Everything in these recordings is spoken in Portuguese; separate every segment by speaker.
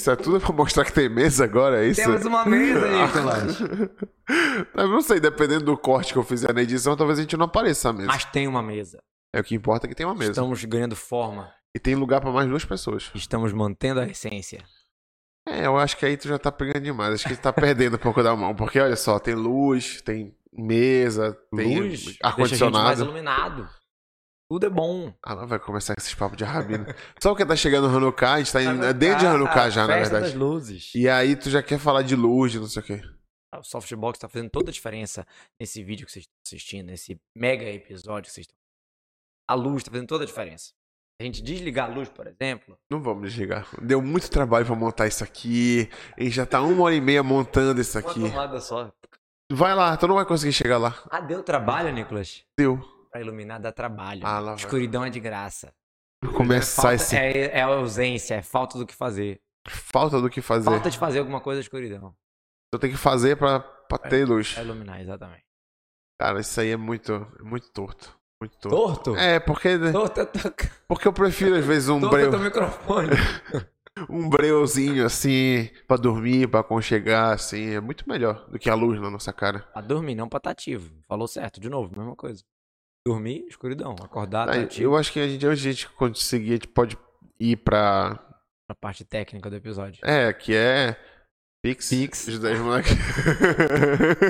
Speaker 1: Isso é tudo pra mostrar que tem mesa agora, é Ah, isso?
Speaker 2: Temos uma mesa, Nicolas.
Speaker 1: Eu não sei, dependendo do corte que eu fizer na edição, talvez a gente não apareça a mesa.
Speaker 2: Mas tem uma mesa.
Speaker 1: É o que importa é que tem uma mesa.
Speaker 2: Estamos ganhando forma.
Speaker 1: E tem lugar pra mais duas pessoas.
Speaker 2: Estamos mantendo a essência.
Speaker 1: É, eu acho que aí tu já tá pegando demais. Acho que tu tá perdendo um pouco da mão. Porque olha só, tem luz, tem mesa, tem
Speaker 2: Luz, deixa a gente mais um-
Speaker 1: ar-condicionado.
Speaker 2: iluminado. Tudo é bom.
Speaker 1: Ah, não vai começar com esses papos de rabina. Só porque tá chegando o Hanukkah, a gente tá indo, é dentro de
Speaker 2: Hanukkah,
Speaker 1: Hanukkah
Speaker 2: a
Speaker 1: já, na
Speaker 2: festa das
Speaker 1: verdade.
Speaker 2: luzes.
Speaker 1: E aí tu já quer falar de luz, de não sei o quê.
Speaker 2: O Softbox tá fazendo toda a diferença nesse vídeo que vocês estão assistindo, nesse mega episódio que vocês estão A luz tá fazendo toda a diferença. A gente desligar a luz, por exemplo,
Speaker 1: Não vamos desligar. Deu muito trabalho pra montar isso aqui. A gente já tá uma hora e meia montando isso
Speaker 2: uma
Speaker 1: aqui.
Speaker 2: tomada só.
Speaker 1: Vai lá, tu não vai conseguir chegar lá.
Speaker 2: Ah, deu trabalho, Nicolas?
Speaker 1: Deu.
Speaker 2: Pra iluminar dá trabalho.
Speaker 1: Ah, lá vai.
Speaker 2: Escuridão é de graça.
Speaker 1: Começar
Speaker 2: Falta-
Speaker 1: esse
Speaker 2: é, é ausência, é falta do que fazer.
Speaker 1: falta do que fazer.
Speaker 2: Falta de fazer alguma coisa escuridão.
Speaker 1: Eu tenho que fazer pra, pra ter luz.
Speaker 2: É iluminar, exatamente.
Speaker 1: Cara, isso aí é muito, é muito torto. Muito torto.
Speaker 2: Torto?
Speaker 1: É, porque,
Speaker 2: Torto é to-
Speaker 1: porque eu prefiro às vezes um,
Speaker 2: torto é
Speaker 1: breu,
Speaker 2: teu microfone.
Speaker 1: um breuzinho assim, pra dormir, pra aconchegar, assim. É muito melhor do que a luz na nossa cara.
Speaker 2: Pra dormir, Ah, não pra estar ativo. Falou certo, de novo, mesma coisa. Dormir, escuridão. Acordar, tá
Speaker 1: Aí,
Speaker 2: ativo.
Speaker 1: eu acho que a gente, hoje a gente conseguir, a gente pode ir pra.
Speaker 2: A parte técnica do episódio.
Speaker 1: É, que é. Pix.
Speaker 2: Pix.
Speaker 1: Os 10 moleques.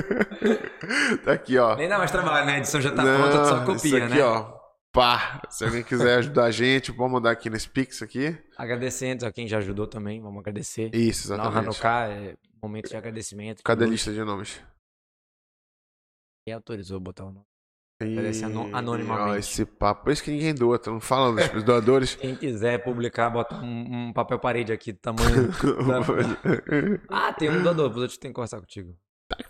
Speaker 1: tá aqui, ó.
Speaker 2: Nem dá mais trabalho, né? A edição já tá
Speaker 1: Não,
Speaker 2: pronta, tu só copia,
Speaker 1: isso aqui,
Speaker 2: né?
Speaker 1: ó. Pá. Se alguém quiser ajudar a gente, vamos mandar aqui nesse Pix aqui.
Speaker 2: Agradecendo a quem já ajudou também, vamos agradecer.
Speaker 1: Isso,
Speaker 2: Na
Speaker 1: exatamente.
Speaker 2: Hanukkah, é momento de agradecimento.
Speaker 1: Cadê a lista de nomes?
Speaker 2: Quem autorizou botar o nome?
Speaker 1: E...
Speaker 2: Aparece ano- anonimamente.
Speaker 1: Ó, esse papo. Por isso que ninguém doa, tu não fala dos doadores.
Speaker 2: Quem quiser publicar, bota um, um papel parede aqui do tamanho. ah, tem um doador, depois eu tenho que conversar contigo.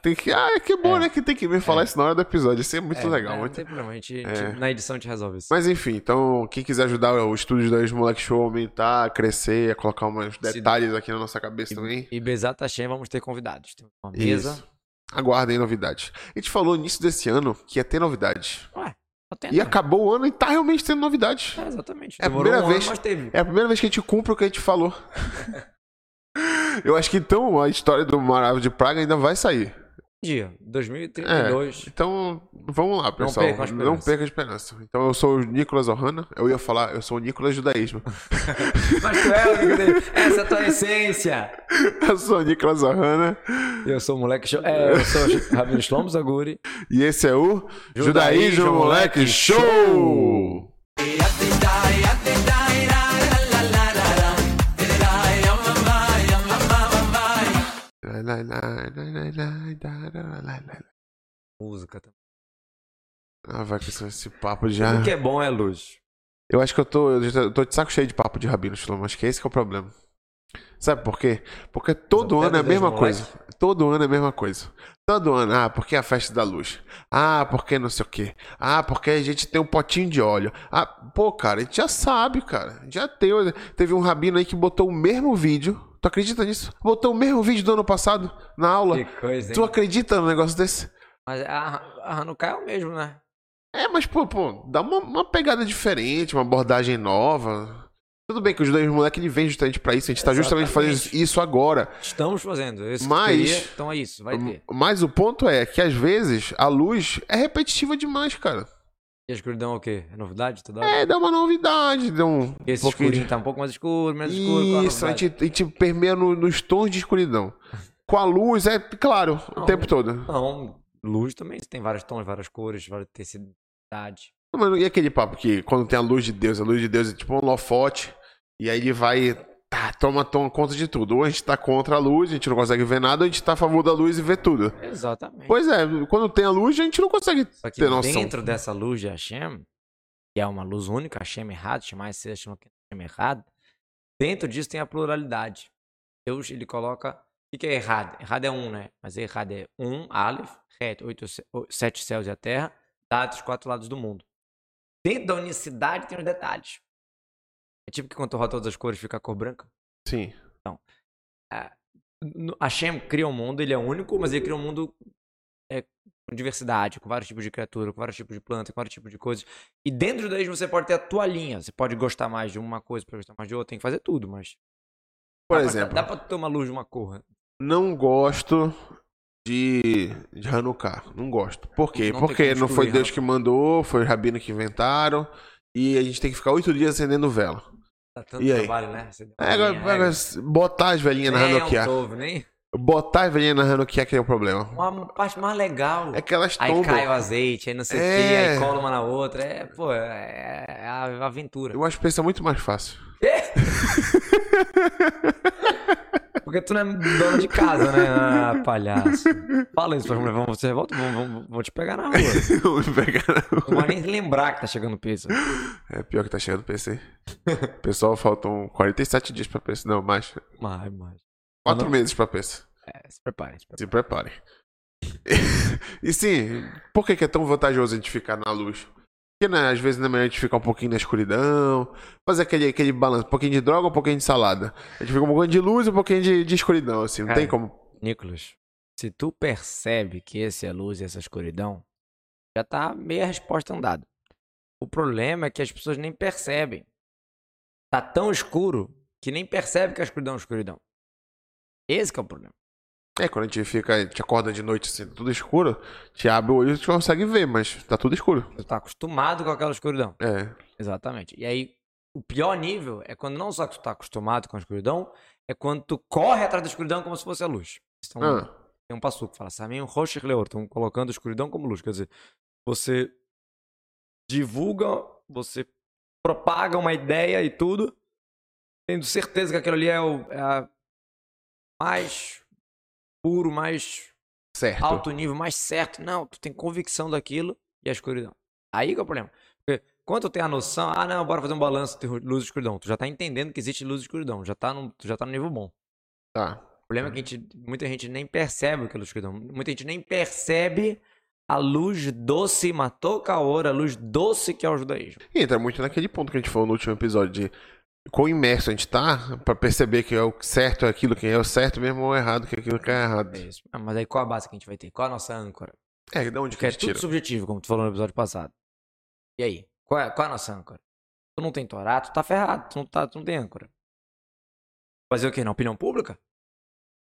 Speaker 1: tem que... Ah, que bom,
Speaker 2: É.
Speaker 1: né? Que tem que me falar isso na hora do episódio. Isso é muito
Speaker 2: É,
Speaker 1: legal.
Speaker 2: é, Não
Speaker 1: muito-
Speaker 2: tem problema, a gente,
Speaker 1: É.
Speaker 2: te- na edição te resolve isso.
Speaker 1: Mas enfim, então, quem quiser ajudar o estúdio da Moleque Show a aumentar, a crescer, a colocar uns detalhes aqui na nossa cabeça também.
Speaker 2: E Bezat Hashem, vamos ter convidados. Tem uma mesa.
Speaker 1: Isso. Aguardem novidades. A gente falou no início desse ano que ia ter novidades.
Speaker 2: Tá tendo,
Speaker 1: E
Speaker 2: né?
Speaker 1: acabou o ano e tá realmente tendo novidades.
Speaker 2: É, exatamente.
Speaker 1: É a
Speaker 2: Demorou
Speaker 1: primeira
Speaker 2: um
Speaker 1: vez-
Speaker 2: ano, mas teve.
Speaker 1: É a primeira vez que a gente cumpre o que a gente falou. Eu acho que então a história do Maravo de Praga ainda vai sair.
Speaker 2: Um Dia, 2032.
Speaker 1: Então, vamos lá, pessoal.
Speaker 2: percam a esperança.
Speaker 1: Não perca a esperança. Então, eu sou o Nicolas Ohana. Eu ia falar, eu sou o Nicolas Judaísmo.
Speaker 2: Mas tu é o amigo dele. Essa é a tua essência.
Speaker 1: eu sou o Nicolas Ohana.
Speaker 2: Eu sou o moleque show. É, eu sou o Rabino Shlomo Zaguri.
Speaker 1: E esse é o Judaísmo,
Speaker 2: Judaísmo
Speaker 1: Moleque
Speaker 2: Moleque
Speaker 1: Show! Lá, lá, lá, lá, lá, lá, lá, lá, lá.
Speaker 2: Música também.
Speaker 1: Ah, vai com esse- esse papo já.
Speaker 2: O que é bom é luz.
Speaker 1: Eu acho que eu tô, eu já tô de saco cheio de papo de Rabino Shlomo. Acho que esse que é o problema. Sabe por quê? Porque todo
Speaker 2: Mas a
Speaker 1: ano é a
Speaker 2: pedra das
Speaker 1: mesma coisa.
Speaker 2: moleques-
Speaker 1: Todo ano é a mesma coisa. Todo ano, ah, porque é a festa da luz. Ah, porque não sei o quê. Ah, porque a gente tem um potinho de óleo. Ah, pô, cara, a gente já sabe, cara. Já tem. Teve um rabino aí que botou o mesmo vídeo. Tu acredita nisso? Botou o mesmo vídeo do ano passado na aula.
Speaker 2: Que coisa, hein?
Speaker 1: Tu acredita num negócio desse?
Speaker 2: Mas é, a, a Hanukkah é o mesmo, né?
Speaker 1: É, mas, pô, pô, dá uma, uma pegada diferente, uma abordagem nova. Tudo bem que o judaísmo moleque ele vem justamente pra isso, a gente tá justamente
Speaker 2: Exatamente.
Speaker 1: fazendo isso agora.
Speaker 2: Estamos fazendo. Esse que
Speaker 1: Mas-
Speaker 2: queria, então é isso, vai ter.
Speaker 1: Mas o ponto é que às vezes a luz é repetitiva demais, cara.
Speaker 2: E a escuridão é o quê? É novidade toda hora?
Speaker 1: É, dá uma novidade, dá um
Speaker 2: Esse
Speaker 1: pouquinho de-
Speaker 2: escurinho tá um pouco mais escuro, menos escuro. qual a
Speaker 1: Isso, a
Speaker 2: novidade?
Speaker 1: gente, a gente permeia no- nos tons de escuridão. Com a luz, é claro, o
Speaker 2: Não.
Speaker 1: tempo todo.
Speaker 2: Não, luz também. Você tem vários tons, várias cores, várias intensidades.
Speaker 1: Mano, e aquele papo que quando tem a luz de Deus, a luz de Deus é tipo um lofote, e aí ele vai. Tá, toma, toma conta de tudo. Ou a gente tá contra a luz, a gente não consegue ver nada, ou a gente tá a favor da luz e vê tudo.
Speaker 2: Exatamente.
Speaker 1: Pois é, quando tem a luz, a gente não consegue
Speaker 2: Só que
Speaker 1: ter noção.
Speaker 2: dentro dessa luz de Hashem, que é uma luz única, Hashem errado, chamar esse Hashem aqui, Hashem errado, dentro disso tem a pluralidade. Deus, ele coloca... O que que é errado? Errado é um, né? Mas errado é um, Aleph, reto, oito, ce- o- sete céus e a terra, dados os quatro lados do mundo. Dentro da unicidade tem os detalhes. É tipo que quando tu rola todas as cores fica a cor branca.
Speaker 1: Sim.
Speaker 2: no- Hashem cria um mundo, ele é único, mas ele cria um mundo é, com diversidade, com vários tipos de criatura, com vários tipos de planta, com vários tipos de coisas. E dentro do judaísmo você pode ter a tua linha. Você pode gostar mais de uma coisa, pode gostar mais de outra, tem que fazer tudo, mas.
Speaker 1: Por
Speaker 2: dá
Speaker 1: exemplo.
Speaker 2: Pra, dá pra ter uma luz de uma cor. né?
Speaker 1: Não gosto de, de Hanukkah. Não gosto. Por quê?
Speaker 2: Não tem
Speaker 1: Porque
Speaker 2: como
Speaker 1: não foi
Speaker 2: excluir
Speaker 1: Deus que mandou, foi o Rabino que inventaram. E a gente tem que ficar oito dias acendendo vela.
Speaker 2: Dá tanto
Speaker 1: E aí?
Speaker 2: trabalho, né? Você dá
Speaker 1: É, agora,
Speaker 2: linha,
Speaker 1: agora,
Speaker 2: né?
Speaker 1: botar as velhinhas na
Speaker 2: Nem é um
Speaker 1: Hanukkah.
Speaker 2: novo, nem
Speaker 1: Botar as velhinhas na Hanukkah que é o problema.
Speaker 2: uma parte mais legal.
Speaker 1: É que elas
Speaker 2: Tipo, aí
Speaker 1: tombam.
Speaker 2: cai o azeite, aí não sei o
Speaker 1: É.
Speaker 2: que, aí cola uma na outra. É, pô, é, é a aventura.
Speaker 1: Eu acho que pensa muito mais fácil.
Speaker 2: Porque tu não é dono de casa, né? Ah, palhaço. Fala isso pra mulher, vamos, você volta, vamos, vamos, vou te pegar na rua.
Speaker 1: Eu me pegaram.
Speaker 2: Não vai nem lembrar que tá chegando pizza.
Speaker 1: É pior que tá chegando o PC. Pessoal, faltam 47 dias pra PC. Não, mais.
Speaker 2: Mas, mas.
Speaker 1: 4
Speaker 2: Não.
Speaker 1: meses pra PC.
Speaker 2: É, se prepare, se prepare.
Speaker 1: Se preparem. e sim, por que, que é tão vantajoso a gente ficar na luz? Porque né, às vezes não é melhor a gente ficar um pouquinho na escuridão, fazer aquele, aquele balanço, um pouquinho de droga, um pouquinho de salada. A gente fica um pouquinho de luz e um pouquinho de, de escuridão, assim, não
Speaker 2: Cara.
Speaker 1: tem como.
Speaker 2: Nicolas, se tu percebe que esse é luz e essa escuridão, já tá meia resposta andada. O problema é que as pessoas nem percebem. Tá tão escuro que nem percebe que a escuridão é escuridão. Esse que é o problema.
Speaker 1: É, quando a gente fica, a gente acorda de noite assim, tudo escuro, te abre o olho e tu consegue ver, mas tá tudo escuro.
Speaker 2: Tu tá acostumado com aquela escuridão.
Speaker 1: É.
Speaker 2: Exatamente. E aí, o pior nível é quando não só que tu tá acostumado com a escuridão, é quando tu corre atrás da escuridão como se fosse a luz. Isso é um-
Speaker 1: Ah,
Speaker 2: Tem um passo que fala, Samir Rocher Leor, estão colocando a escuridão como luz. Quer dizer, você divulga, você propaga uma ideia e tudo, tendo certeza que aquilo ali é o é a mais puro, mais
Speaker 1: certo.
Speaker 2: alto nível, mais certo. Não, tu tem convicção daquilo e a escuridão. Aí que é o problema. Porque quando tu tem a noção, ah não, bora fazer um balanço de luz e escuridão. Tu já tá entendendo que existe luz e escuridão, já tá num, tu já tá no nível bom.
Speaker 1: Tá.
Speaker 2: O problema é que a gente- muita gente nem percebe o que é luz escuridão. Muita gente nem percebe a luz doce matou Kaora, a luz doce que é o judaísmo.
Speaker 1: E entra muito naquele ponto que a gente falou no último episódio de quão imerso a gente tá pra perceber que é o certo é aquilo, quem é o certo mesmo ou o errado, que é aquilo que é errado.
Speaker 2: É isso. Ah, mas aí qual a base que a gente vai ter? Qual a nossa âncora?
Speaker 1: É, de onde
Speaker 2: Porque
Speaker 1: que
Speaker 2: é
Speaker 1: a gente
Speaker 2: tudo
Speaker 1: tira?
Speaker 2: subjetivo, como tu falou no episódio passado. E aí? Qual é, qual é a nossa âncora? Tu não tem Torá, tu tá ferrado, tu não, tá, tu não tem âncora. Fazer o quê? Na opinião pública?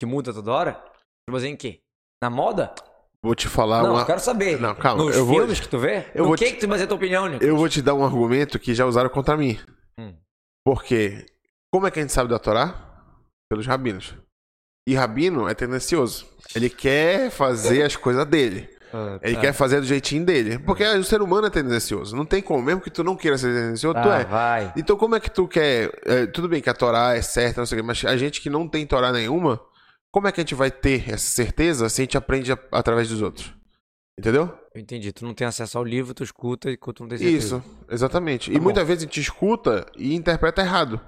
Speaker 2: Que muda toda hora? Fazer em quê? Na moda?
Speaker 1: Vou te falar
Speaker 2: não,
Speaker 1: Ah, uma.
Speaker 2: eu quero saber.
Speaker 1: Não, calma,
Speaker 2: Nos
Speaker 1: eu vou-
Speaker 2: filmes que tu vê?
Speaker 1: eu
Speaker 2: no
Speaker 1: vou
Speaker 2: que
Speaker 1: te-
Speaker 2: que tu baseia a tua opinião, Nico?
Speaker 1: Eu vou te dar um argumento que já usaram contra mim.
Speaker 2: Hum.
Speaker 1: Porque como é que a gente sabe da Torá? Pelos rabinos. E rabino é tendencioso. Ele quer fazer as coisas dele. Ele
Speaker 2: É.
Speaker 1: quer fazer do jeitinho dele. Porque o ser humano é tendencioso. Não tem como. Mesmo que tu não queira ser tendencioso, tu
Speaker 2: Tá,
Speaker 1: é.
Speaker 2: vai.
Speaker 1: Então como é que tu quer... é, tudo bem que a Torá é certa, não sei o quê, mas a gente que não tem Torá nenhuma, como é que a gente vai ter essa certeza se a gente aprende a- através dos outros? Entendeu?
Speaker 2: Eu entendi. Tu não tem acesso ao livro, tu escuta e tu não tem certeza. Tá
Speaker 1: Isso, exatamente. e
Speaker 2: bom.
Speaker 1: muitas vezes a gente escuta e interpreta errado.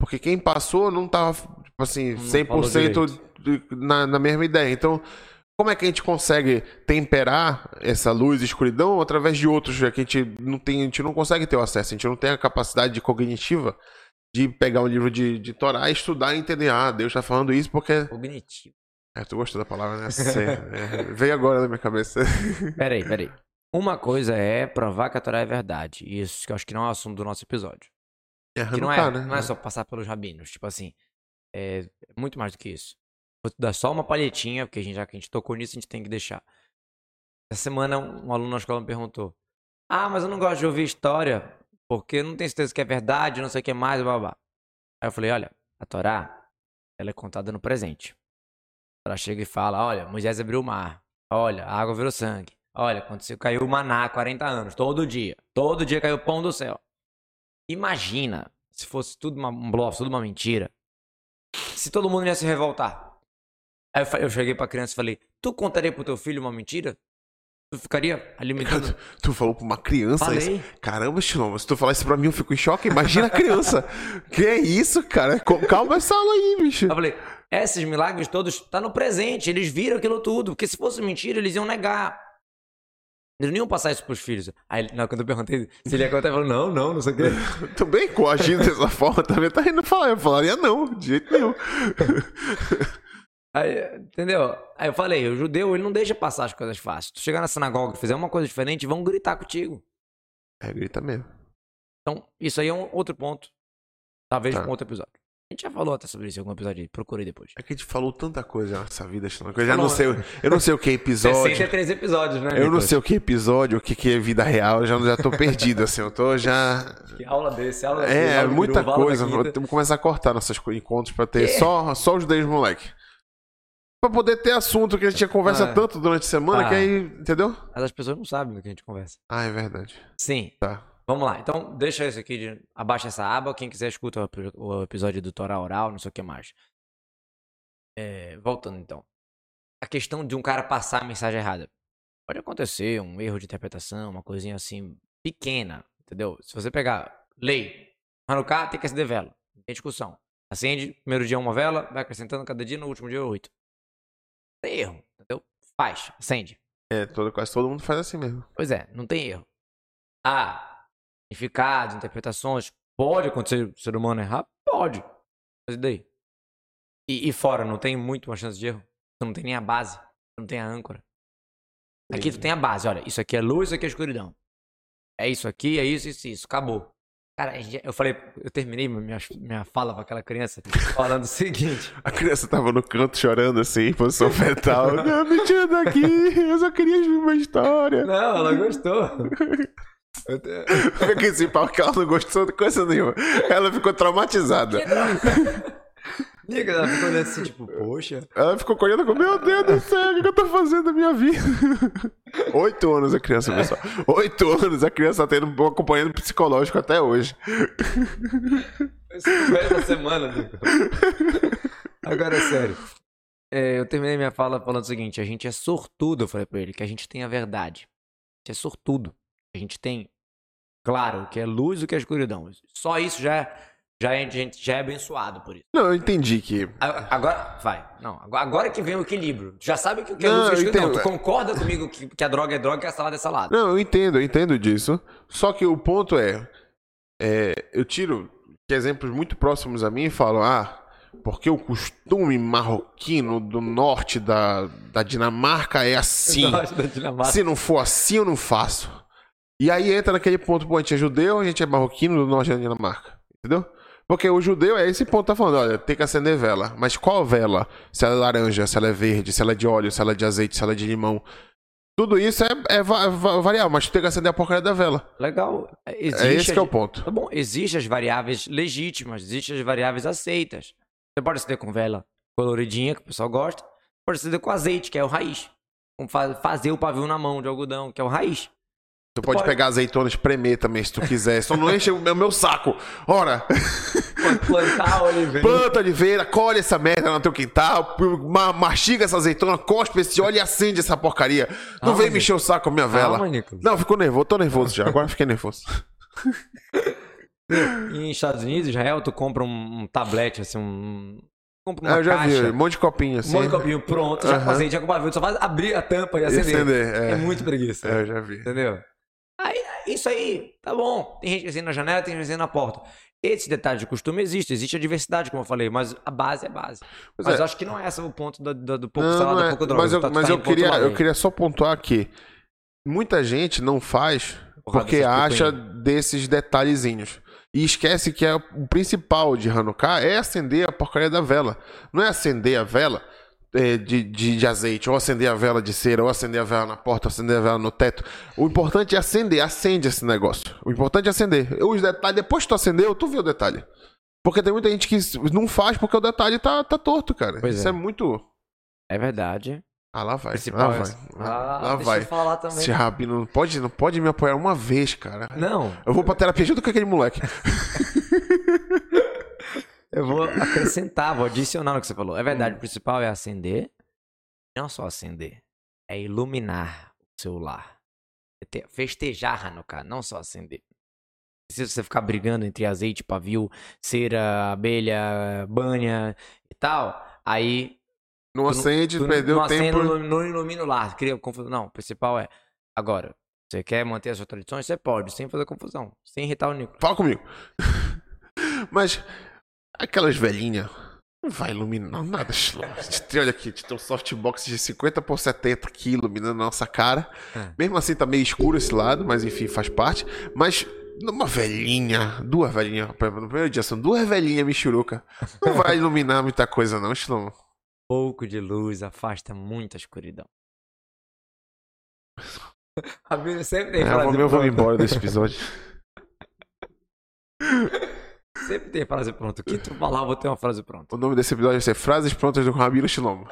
Speaker 1: Porque quem passou não tava, tipo assim,
Speaker 2: falou
Speaker 1: 100% de- na, na mesma ideia. Então, como é que a gente consegue temperar essa luz e escuridão através de outros, já que a gente não, tem, a gente não consegue ter o acesso, a gente não tem a capacidade cognitiva de pegar um livro de, de Torá, estudar e entender, ah, Deus tá falando isso porque...
Speaker 2: Cognitivo.
Speaker 1: É, tu gostou da palavra, né? Cê- é, veio agora na minha cabeça.
Speaker 2: Peraí, peraí. Uma coisa é provar que a Torá é verdade. e Isso que eu acho que não é o assunto do nosso episódio.
Speaker 1: É,
Speaker 2: Que não
Speaker 1: Hanukkah,
Speaker 2: é, não é só passar pelos rabinos. Tipo assim, é muito mais do que isso. Vou te dar só uma palhetinha, porque a gente, já que a gente tocou nisso, a gente tem que deixar. Essa semana, um aluno na escola me perguntou: Ah, mas eu não gosto de ouvir história, porque eu não tenho certeza que é verdade, não sei o que mais, blá blá. blá." Aí eu falei: Olha, a Torá, ela é contada no presente. Ela chega e fala: Olha, Moisés abriu o mar. Olha, a água virou sangue. Olha, aconteceu, caiu o maná há 40 anos, todo dia. Todo dia caiu o pão do céu. Imagina se fosse tudo uma, um bluff, tudo uma mentira. Se todo mundo ia se revoltar. Aí eu, fa- eu cheguei pra criança e falei: Tu contaria pro teu filho uma mentira? Tu ficaria alimentando.
Speaker 1: Tu falou pra uma criança isso?
Speaker 2: Falei.
Speaker 1: Caramba, Chiloma, se tu falar isso pra mim, eu fico em choque. Imagina a criança. que é isso, cara? Co- Calma essa aula aí, bicho.
Speaker 2: Eu falei: Esses milagres todos tá no presente, eles viram aquilo tudo. Porque se fosse mentira, eles iam negar. Eles não iam passar isso pros filhos. Aí, ele- na- quando eu perguntei se ele ia contar, ele falou: Não, não, não sei o quê.
Speaker 1: Também coagindo dessa forma, também tá indo falar. Eu falaria não, de jeito nenhum.
Speaker 2: Aí, entendeu? Aí eu falei, o judeu, ele não deixa passar as coisas fáceis. Tu chegar na sinagoga e fizer uma coisa diferente, vão gritar contigo.
Speaker 1: É, grita mesmo.
Speaker 2: Então, isso aí é um outro ponto. Talvez
Speaker 1: Tá.
Speaker 2: pra um outro episódio. A gente já falou até sobre isso em algum episódio, procurei depois.
Speaker 1: É que a gente falou tanta coisa nessa vida, Xandão, que eu já não sei,
Speaker 2: Falou.
Speaker 1: eu não sei o que é episódio.
Speaker 2: 63 episódios, né?
Speaker 1: Eu não
Speaker 2: Nicolas?
Speaker 1: sei o que é episódio, o que que é vida real, eu já, já tô perdido, assim, eu tô já.
Speaker 2: Que aula desse, aula desse,
Speaker 1: É,
Speaker 2: aula de
Speaker 1: muita
Speaker 2: Durval da
Speaker 1: coisa.
Speaker 2: quinta.
Speaker 1: Vamos começar a cortar nossos co- encontros pra
Speaker 2: É.
Speaker 1: ter só, só os 10 moleque. Pra poder ter assunto que a gente já conversa
Speaker 2: Ah.
Speaker 1: tanto durante a semana
Speaker 2: Ah.
Speaker 1: que aí, entendeu?
Speaker 2: Mas as pessoas não sabem do que a gente conversa.
Speaker 1: Ah, é verdade.
Speaker 2: Sim,
Speaker 1: Tá.
Speaker 2: vamos lá. Então, deixa isso aqui, de... abaixa essa aba. Quem quiser escuta o epi- o episódio do Torá Oral, não sei o que mais. É, voltando então. A questão de um cara passar a mensagem errada. Pode acontecer um erro de interpretação, uma coisinha assim, pequena, entendeu? Se você pegar lei, Hanukkah tem que acender vela, não tem discussão. Acende, primeiro dia uma vela, vai acrescentando cada dia, no último dia oito. Tem erro, entendeu? Faz, acende.
Speaker 1: É, todo, quase todo mundo faz assim mesmo.
Speaker 2: Pois é, não tem erro. Ah, significados, interpretações. Pode acontecer o ser humano errar? Pode. Mas e daí? E, e fora, não tem muito uma chance de erro? Tu não tem nem a base, tu não tem a âncora. Aqui tu tem a base, olha, isso aqui é luz, isso aqui é escuridão. É isso aqui, é isso, isso, isso, acabou. Cara, a gente- eu falei, eu terminei minha, minha fala com aquela criança falando o seguinte.
Speaker 1: A criança tava no canto chorando assim, em posição fetal. Não, me tira daqui, eu só queria ver uma história.
Speaker 2: Não, ela gostou. Eu te-
Speaker 1: Fica esse pau que ela não gostou de coisa nenhuma. Ela ficou traumatizada.
Speaker 2: Liga, ela ficou olhando assim, tipo, poxa.
Speaker 1: Ela ficou correndo com, meu Deus do céu, o que que eu tô fazendo da minha vida? Oito anos a criança, pessoal. Oito anos a criança tá tendo um acompanhamento psicológico até hoje.
Speaker 2: Essa semana, Nico. Agora é sério. É, eu terminei minha fala falando o seguinte: a gente é sortudo, eu falei pra ele, que a gente tem a verdade. A gente é sortudo. A gente tem, claro, o que é luz e o que é escuridão. Só isso já é, já é, a gente já é abençoado por isso.
Speaker 1: Não, eu entendi que.
Speaker 2: A- Agora, vai. Não, agora, agora que vem o equilíbrio. Já sabe o que é
Speaker 1: Não,
Speaker 2: luz e o que é
Speaker 1: eu
Speaker 2: escuridão.
Speaker 1: entendo.
Speaker 2: Tu concorda comigo que, que a droga é droga e que a salada é salada?
Speaker 1: Não, eu entendo, eu entendo disso. Só que o ponto é, é, eu tiro que exemplos muito próximos a mim e falo, ah, porque o costume marroquino do norte da, da Dinamarca é assim.
Speaker 2: Nossa, da Dinamarca.
Speaker 1: Se não for assim, eu não faço. E aí entra naquele ponto, pô, a gente é judeu, a gente é marroquino do norte da Dinamarca. Entendeu? Porque o judeu é esse ponto que tá falando, olha, tem que acender vela. Mas qual vela? Se ela é laranja, se ela é verde, se ela é de óleo, se ela é de azeite, se ela é de limão. Tudo isso é, é va- va- variável, mas tu tem que acender a porcaria da vela.
Speaker 2: Legal. Existe
Speaker 1: É esse que é
Speaker 2: a-
Speaker 1: o ponto.
Speaker 2: Tá bom, existem as variáveis legítimas, existem as variáveis aceitas. Você pode acender com vela coloridinha, que o pessoal gosta. Pode acender com azeite, que é o raiz. Com fa- fazer o pavio na mão de algodão, que é o raiz.
Speaker 1: Tu pode
Speaker 2: pode-
Speaker 1: pegar azeitona e espremer também, se tu quiser. Só não enche o meu, meu saco. Ora,
Speaker 2: Pode plantar oliveira.
Speaker 1: planta oliveira, colhe essa merda no teu quintal, ma- mastiga essa azeitona, cospe esse óleo e acende essa porcaria. Não
Speaker 2: Calma,
Speaker 1: vem me
Speaker 2: gente.
Speaker 1: encher o saco com a minha vela.
Speaker 2: Calma, Nicolas.
Speaker 1: Não, ficou nervoso, tô nervoso já. Agora fiquei nervoso.
Speaker 2: Em Estados Unidos, Israel, tu compra um, um tablete, assim, um... Compra uma
Speaker 1: Ah, eu já
Speaker 2: caixa.
Speaker 1: vi, um monte de copinho
Speaker 2: Um
Speaker 1: assim.
Speaker 2: monte de copinho pronto, já com
Speaker 1: Aham.
Speaker 2: azeite, já com pavio. Tu só faz abrir a tampa e
Speaker 1: E
Speaker 2: acender.
Speaker 1: acender.
Speaker 2: É.
Speaker 1: É,
Speaker 2: muito preguiça.
Speaker 1: É, eu já vi.
Speaker 2: Entendeu? Aí, isso aí, tá bom. Tem gente que acende na janela, tem gente que acende na porta. Esse detalhe de costume existe, existe a diversidade, como eu falei, mas a base é base.
Speaker 1: Pois
Speaker 2: mas
Speaker 1: é.
Speaker 2: eu acho que não é esse o ponto do, do, do pouco
Speaker 1: Não,
Speaker 2: salada,
Speaker 1: não é.
Speaker 2: pouco droga.
Speaker 1: Mas eu,
Speaker 2: Tá- tu
Speaker 1: mas
Speaker 2: tá
Speaker 1: eu
Speaker 2: indo pro outro
Speaker 1: queria,
Speaker 2: lado
Speaker 1: eu
Speaker 2: aí.
Speaker 1: queria só pontuar que muita gente não faz
Speaker 2: Porrada,
Speaker 1: porque
Speaker 2: essas
Speaker 1: acha
Speaker 2: picuinhas.
Speaker 1: desses detalhezinhos. E esquece que é o principal de Hanukkah é acender a porcaria da vela. Não é acender a vela eh, de, de, de azeite, ou acender a vela de cera, ou acender a vela na porta, ou acender a vela no teto. O importante é acender, acende esse negócio. O importante é acender. Os detalhes, depois que tu acendeu, tu vê o detalhe. Porque tem muita gente que não faz porque o detalhe tá, tá torto, cara.
Speaker 2: Pois
Speaker 1: Isso
Speaker 2: é.
Speaker 1: é muito.
Speaker 2: É verdade.
Speaker 1: Ah, lá vai.
Speaker 2: Principal
Speaker 1: lá
Speaker 2: é
Speaker 1: vai.
Speaker 2: essa.
Speaker 1: Lá,
Speaker 2: Ah,
Speaker 1: lá
Speaker 2: deixa eu
Speaker 1: vai.
Speaker 2: falar também.
Speaker 1: Esse rabino não pode, não pode me apoiar uma vez, cara.
Speaker 2: Não,
Speaker 1: Eu vou pra terapia junto com aquele moleque.
Speaker 2: eu vou acrescentar, vou adicionar no que você falou. É
Speaker 1: Hum.
Speaker 2: verdade, o principal é acender. Não só acender, é iluminar o seu lar. É ter- Festejar Hanukkah, não só acender. Precisa você ficar brigando entre azeite, pavio, cera, abelha, banha e tal. Aí
Speaker 1: Não acende,
Speaker 2: tu
Speaker 1: perdeu
Speaker 2: não
Speaker 1: o tempo.
Speaker 2: acende, não ilumi- não ilumina o lar, cria confusão. Não, o principal é, agora, você quer manter as suas tradições? Você pode, sem fazer confusão, sem irritar o Nicolas.
Speaker 1: Fala comigo. Mas aquelas velhinhas não vai iluminar nada. Shlomo. A gente tem- Olha aqui, a gente tem um softbox de 50 por 70 aqui iluminando a nossa cara.
Speaker 2: É.
Speaker 1: Mesmo assim tá meio escuro esse lado, mas enfim, faz parte. Mas Uma velhinha, duas velhinhas, por exemplo, no primeiro dia são duas velhinhas michuruca. Não vai iluminar muita coisa, não, Shlomo.
Speaker 2: Pouco de luz afasta muita escuridão. A Bíblia sempre tem
Speaker 1: É, eu vou-
Speaker 2: frase
Speaker 1: eu vou
Speaker 2: pronta.
Speaker 1: embora desse episódio.
Speaker 2: Sempre tem frase pronta. O que tu falar, eu vou ter uma frase pronta.
Speaker 1: O nome desse episódio vai ser Frases Prontas do Ramiro Shlomo.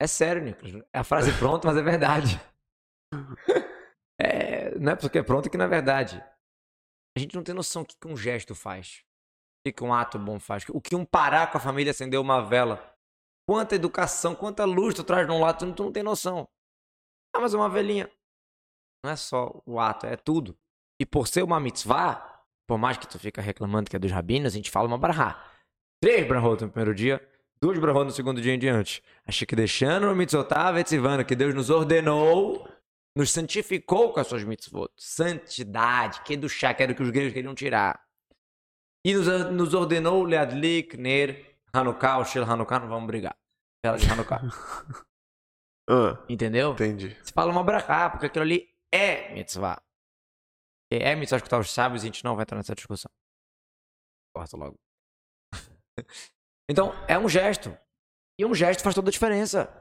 Speaker 2: É sério, Nicolas. É a frase pronta, mas é verdade. É, não é porque é pronta que não é verdade. A gente não tem noção do que que um gesto faz. O que que um ato bom faz. O que um parar com a família acender uma vela. Quanta educação, quanta luz tu traz num lado, tu não- tu não tem noção. Ah, mas uma velhinha. Não é só o ato, é tudo. E por ser uma mitzvah, por mais que tu fica reclamando que é dos rabinos, a gente fala uma barra. Três brahot no primeiro dia, duas brahot no segundo dia em diante. Achei que deixando o mitzvotá vetzivana, que Deus nos ordenou, nos santificou com as suas mitzvot. Santidade, que é do chá, que era o que os gregos queriam tirar. E nos, nos ordenou Leadlik, Ner, Hanukkah, o Shel Hanukkah, não vamos brigar. Vela de Hanukkah.
Speaker 1: Ah,
Speaker 2: Entendeu?
Speaker 1: entendi.
Speaker 2: Você fala uma brachá, porque aquilo ali é mitzvah. E é mitzvah escutar os sábios e a gente não vai entrar nessa discussão. Corta logo. então, é um gesto. E um gesto faz toda a diferença.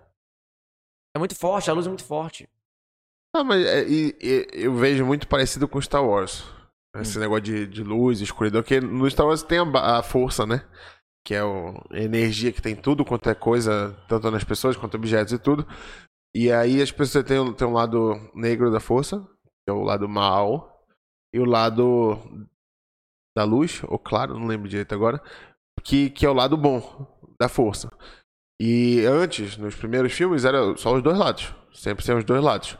Speaker 2: É muito forte, a luz é muito forte.
Speaker 1: Ah, mas é, e- e- eu vejo muito parecido com Star Wars. Esse negócio de, de luz, escuridão, que no Star Wars tem a, ba- a força, né? Que é o- a energia que tem em tudo quanto é coisa, tanto nas pessoas quanto objetos e tudo. E aí as pessoas têm, o- têm um lado negro da força, que é o lado mal, e o lado da luz, ou claro, não lembro direito agora, que, que é o lado bom da força. E antes, nos primeiros filmes, era só os dois lados. Sempre tem os dois lados.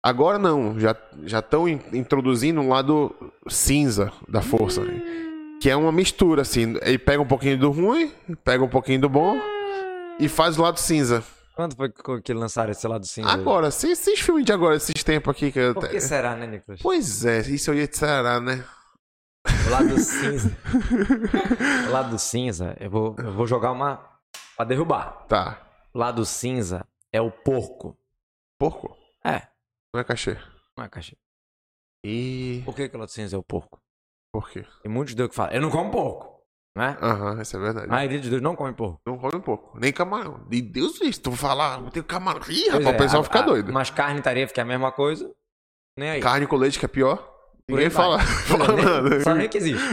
Speaker 1: Agora não, já já estão introduzindo um lado cinza da força, que é uma mistura assim, ele pega um pouquinho do ruim, pega um pouquinho do bom e faz o lado cinza.
Speaker 2: Quando foi que- que lançaram esse lado cinza? aí?
Speaker 1: Agora, se esses filmes de agora, esses tempos aqui que eu
Speaker 2: Por que será, né, Nicolas?
Speaker 1: Pois é, isso eu ia te sarar, né?
Speaker 2: O lado cinza. o lado cinza, eu vou, eu vou jogar uma. pra derrubar.
Speaker 1: Tá.
Speaker 2: O lado cinza é o porco.
Speaker 1: Porco,
Speaker 2: É,
Speaker 1: não é cachê.
Speaker 2: não é cachê.
Speaker 1: E
Speaker 2: Por que, que o lado cinza é o porco?
Speaker 1: por quê?
Speaker 2: Tem muitos judeus que falam, eu não como porco, né?
Speaker 1: Aham, isso é
Speaker 2: A
Speaker 1: verdade.
Speaker 2: maioria dos judeus não come porco.
Speaker 1: Não come porco, nem camarão. De Deus, isso, tu falar, eu tenho camarão. Ih,
Speaker 2: Pois
Speaker 1: rapaz, o
Speaker 2: é,
Speaker 1: pessoal
Speaker 2: a-
Speaker 1: fica
Speaker 2: a-
Speaker 1: doido.
Speaker 2: Mas carne e tarefa, que é a mesma coisa, nem aí.
Speaker 1: Carne com leite que é pior.
Speaker 2: Por
Speaker 1: Ninguém
Speaker 2: aí vai.
Speaker 1: fala, fala nada.
Speaker 2: nem, só nem que existe.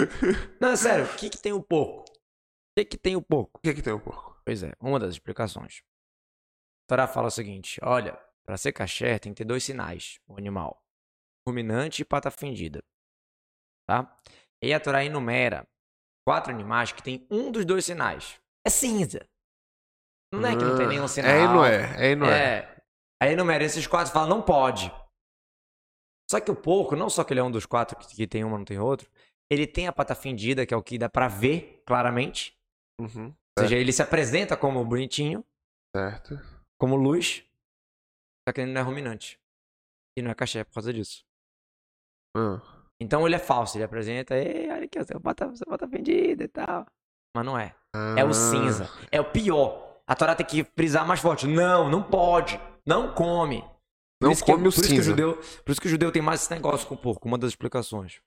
Speaker 2: Não, é sério, o que, que tem o porco? O que, que tem o porco?
Speaker 1: O que é que tem o porco?
Speaker 2: Pois é, uma das explicações. A Torá fala o seguinte, olha, para ser caché tem que ter dois sinais, o animal. Ruminante e pata fendida. Tá? E a Torá enumera quatro animais que tem um dos dois sinais. É cinza. Não é que não tem
Speaker 1: Ah,
Speaker 2: nenhum sinal.
Speaker 1: É e não é, é e não é.
Speaker 2: É. Aí enumera esses quatro e fala, não pode. Só que o porco, não só que ele é um dos quatro que, que tem uma, não tem outro, ele tem a pata fendida, que é o que dá pra ver claramente.
Speaker 1: Uhum,
Speaker 2: Ou seja, ele se apresenta como bonitinho,
Speaker 1: certo.
Speaker 2: como luz, só que ele não é ruminante. E não é caché por causa disso.
Speaker 1: Ah,
Speaker 2: Então ele é falso, ele apresenta, ei, olha aqui, você bota, você bota vendida e tal. Mas não é. É o
Speaker 1: ah,
Speaker 2: cinza. É o pior. A Torá tem que frisar mais forte. Não, não pode. Não come. Por
Speaker 1: Não
Speaker 2: isso que-
Speaker 1: come o
Speaker 2: por isso que
Speaker 1: cinza.
Speaker 2: judeu, por isso que o judeu tem mais esse negócio com o porco. Uma das explicações.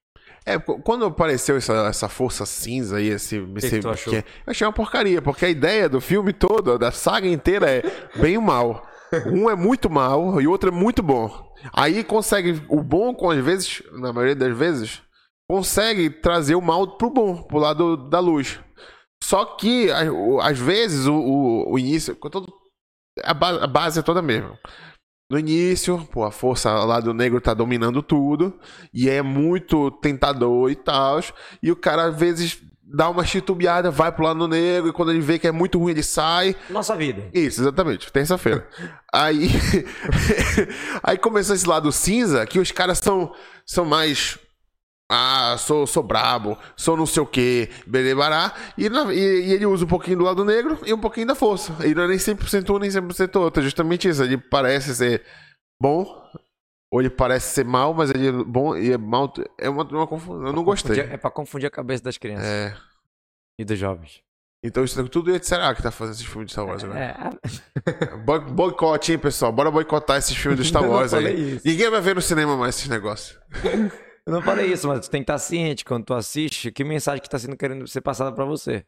Speaker 1: É, qu- quando apareceu essa, essa força cinza aí, esse. esse é,
Speaker 2: que tu achou?
Speaker 1: eu achei uma porcaria, porque a ideia do filme todo, da saga inteira, é bem e o mal. Um é muito mal e o outro é muito bom. Aí consegue. O bom, com às vezes, na maioria das vezes, consegue trazer o mal pro bom, pro lado da luz. Só que, a- o- às vezes, o, o, o início. com todo- a, ba- a base é toda a mesma. No início, pô, a força lá do negro tá dominando tudo. E é muito tentador e tal. E o cara, às vezes, dá uma chitubiada, vai pro lado do negro. E quando ele vê que é muito ruim, ele sai.
Speaker 2: Nossa vida.
Speaker 1: Isso, exatamente, terça-feira. Aí. aí começou esse lado cinza que os caras são, são mais. Ah, sou, sou brabo, sou não sei o quê, berebará. E, na- e- e ele usa um pouquinho do lado negro e um pouquinho da força. Ele não é nem 100% um, nem 100% outro. É justamente isso. Ele parece ser bom, ou ele parece ser mal, mas ele é bom e é mal. É uma, uma confusão. Eu não gostei.
Speaker 2: É pra confundir a cabeça das crianças
Speaker 1: É.
Speaker 2: e dos jovens.
Speaker 1: E Então isso é tudo será que tá fazendo esses filmes de Star Wars agora?
Speaker 2: É, ah,
Speaker 1: Boi- Boicote, hein, pessoal? Bora boicotar esses filmes do Star
Speaker 2: Eu não
Speaker 1: Wars
Speaker 2: falei
Speaker 1: aí.
Speaker 2: isso.
Speaker 1: Ninguém vai ver no cinema mais esses negócios.
Speaker 2: eu não falei isso, mas tu tem que estar ciente quando tu assiste que mensagem que tá sendo querendo ser passada pra você.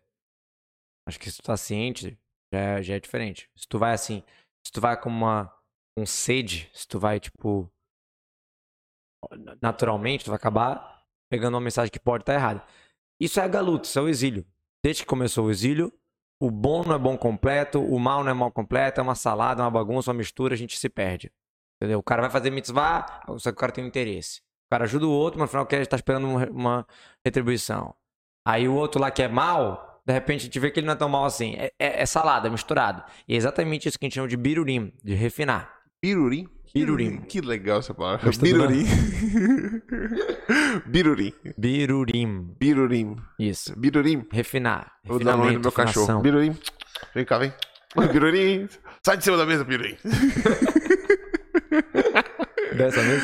Speaker 2: Acho que se tu tá ciente, já é, já é diferente. Se tu vai assim, se tu vai com uma com sede, se tu vai tipo naturalmente, tu vai acabar pegando uma mensagem que pode estar errada. Isso é a galuta, isso é o exílio. Desde que começou o exílio, o bom não é bom completo, o mal não é mal completo, é uma salada, uma bagunça, uma mistura, a gente se perde. Entendeu? O cara vai fazer mitzvah, só que o cara tem um interesse. O cara ajuda o outro, mas no final quer estar esperando uma- uma retribuição. Aí o outro lá que é mal, de repente a gente vê que ele não é tão mal assim. É, é- é salada, é misturado. E é exatamente isso que a gente chama de birurim, de refinar.
Speaker 1: Birurim?
Speaker 2: Birurim.
Speaker 1: Que legal essa palavra.
Speaker 2: Gostou do
Speaker 1: Birurim. Birurim.
Speaker 2: Birurim.
Speaker 1: Birurim.
Speaker 2: Isso.
Speaker 1: Birurim.
Speaker 2: Refinar.
Speaker 1: Eu Vou dar o nome do
Speaker 2: refinamento,
Speaker 1: meu cachorro.
Speaker 2: refinação.
Speaker 1: Birurim. Vem cá, vem. Birurim. Sai de cima da mesa, Birurim.
Speaker 2: Dessa vez?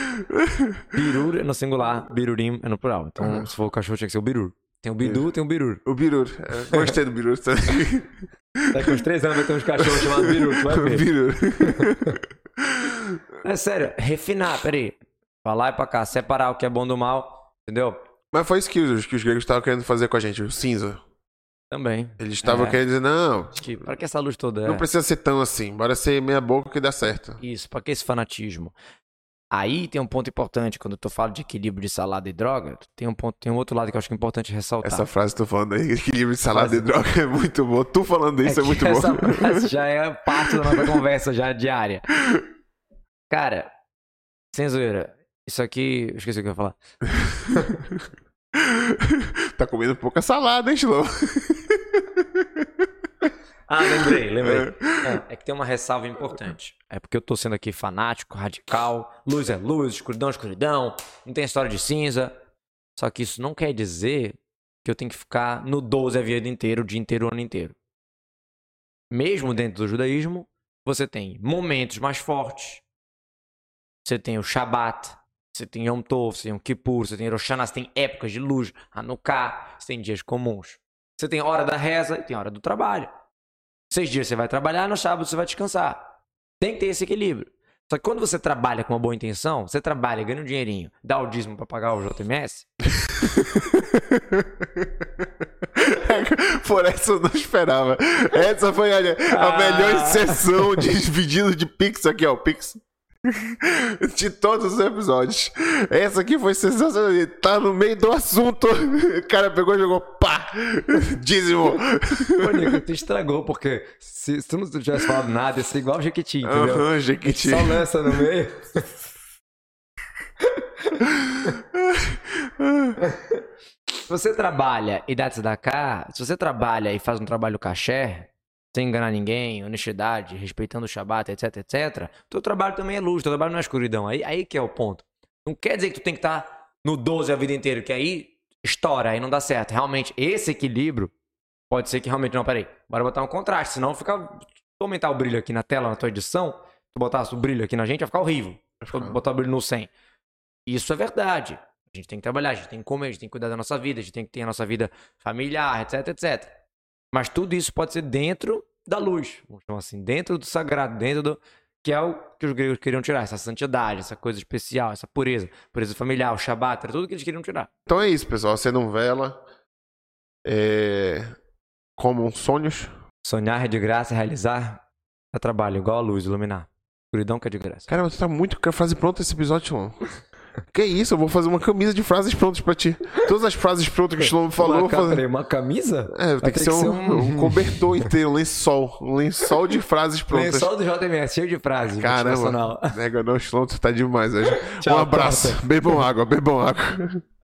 Speaker 2: Birur é no singular, birurim é no plural. Então, se for o cachorro, tinha que ser o birur. Tem o bidu, tem o birur.
Speaker 1: O Birur. É, Gostei do Birur.
Speaker 2: Daqui uns três anos vai ter uns cachorros chamados birur, tu vai ver.
Speaker 1: Birur.
Speaker 2: É sério, refinar, peraí. Pra lá e pra cá, separar o que é bom do mal, entendeu?
Speaker 1: Mas foi isso que os, que os gregos estavam querendo fazer com a gente, o cinza.
Speaker 2: Também.
Speaker 1: Eles estavam
Speaker 2: É.
Speaker 1: querendo dizer, não,
Speaker 2: Acho que, pra que essa luz toda?
Speaker 1: não
Speaker 2: é?
Speaker 1: precisa ser tão assim. Bora ser meia boca que dá certo.
Speaker 2: Isso, pra que esse fanatismo? Aí tem um ponto importante, quando tu fala de equilíbrio de salada e droga, tem um ponto, tem um outro lado que eu acho que é importante ressaltar.
Speaker 1: Essa frase que tu falando aí, equilíbrio de salada e droga é muito bom. Tu falando isso é,
Speaker 2: que
Speaker 1: muito bom.
Speaker 2: Essa frase já é parte da nossa conversa já diária. Cara, sem zoeira, isso aqui, eu esqueci o que eu ia falar.
Speaker 1: tá comendo pouca salada, hein, Slow?
Speaker 2: Ah, lembrei, lembrei. É, é que tem uma ressalva importante. É porque eu tô sendo aqui fanático, radical, luz é luz, escuridão é escuridão, não tem história de cinza. Só que isso não quer dizer que eu tenho que ficar no 12 a vida inteira, o dia inteiro, o ano inteiro. Mesmo dentro do judaísmo, você tem momentos mais fortes. Você tem o Shabat, você tem Yom Tov, você tem Yom Kippur, você tem Rosh Hashanah, você tem épocas de luz, Hanukkah, você tem dias comuns. Você tem hora da reza e tem hora do trabalho. Seis dias você vai trabalhar, no sábado você vai descansar. Tem que ter esse equilíbrio. Só que quando você trabalha com uma boa intenção, você trabalha, ganha um dinheirinho, dá o dízimo pra pagar o JMS,
Speaker 1: Por essa eu não esperava. Essa foi olha, a
Speaker 2: Ah.
Speaker 1: melhor sessão de pedido de Pix aqui, ó. Pix. De todos os episódios. Essa aqui foi sensacional. Ele Tá no meio do assunto. O cara pegou e jogou pá! Dízimo.
Speaker 2: Ô, Nico, tu estragou, porque se, se tu não tivesse falado nada, ia ser igual o Jequiti, entendeu?
Speaker 1: Aham, Jequiti.
Speaker 2: Só lança no meio. se você trabalha e dá cá, se você trabalha e faz um trabalho caché, sem enganar ninguém, honestidade, respeitando o Shabat, etc, etc, teu trabalho também é luz, teu trabalho não é escuridão. Aí, aí que é o ponto. Não quer dizer que tu tem que estar no 12 a vida inteira, que aí estoura, aí não dá certo. Realmente, esse equilíbrio pode ser que realmente. Não, peraí, bora botar um contraste, senão fica. Se tu aumentar o brilho aqui na tela, na tua edição, se tu botasse o brilho aqui na gente, ia ficar horrível. Se tu botar o brilho no 100. Isso é verdade. A gente tem que trabalhar, a gente tem que comer, a gente tem que cuidar da nossa vida, a gente tem que ter a nossa vida familiar, etc, etc. Mas tudo isso pode ser dentro da luz, vamos chamar assim, dentro do sagrado, dentro do. que é o que os gregos queriam tirar, essa santidade, essa coisa especial, essa pureza, pureza familiar, o shabat, era tudo que eles queriam tirar.
Speaker 1: Então é isso, pessoal. Você não vela. É... um Comam sonhos.
Speaker 2: Sonhar é de graça, realizar é trabalho, igual a luz, iluminar. Escuridão que é de graça.
Speaker 1: Cara, você tá muito com a frase pronta esse episódio, Shlomo. Que isso, eu vou fazer uma camisa de frases prontas pra ti. Todas as frases prontas que o Shlomo falou, eu vou fazer.
Speaker 2: uma camisa?
Speaker 1: É, tem que, ser, um, um cobertor inteiro, um lençol. Um lençol de frases prontas.
Speaker 2: Lençol do JMS, cheio de frases.
Speaker 1: Caramba.
Speaker 2: motivacional.
Speaker 1: Nega, não, Shlomo, tu tá demais hoje.
Speaker 2: Tchau,
Speaker 1: um abraço. Bebam água, bebam água.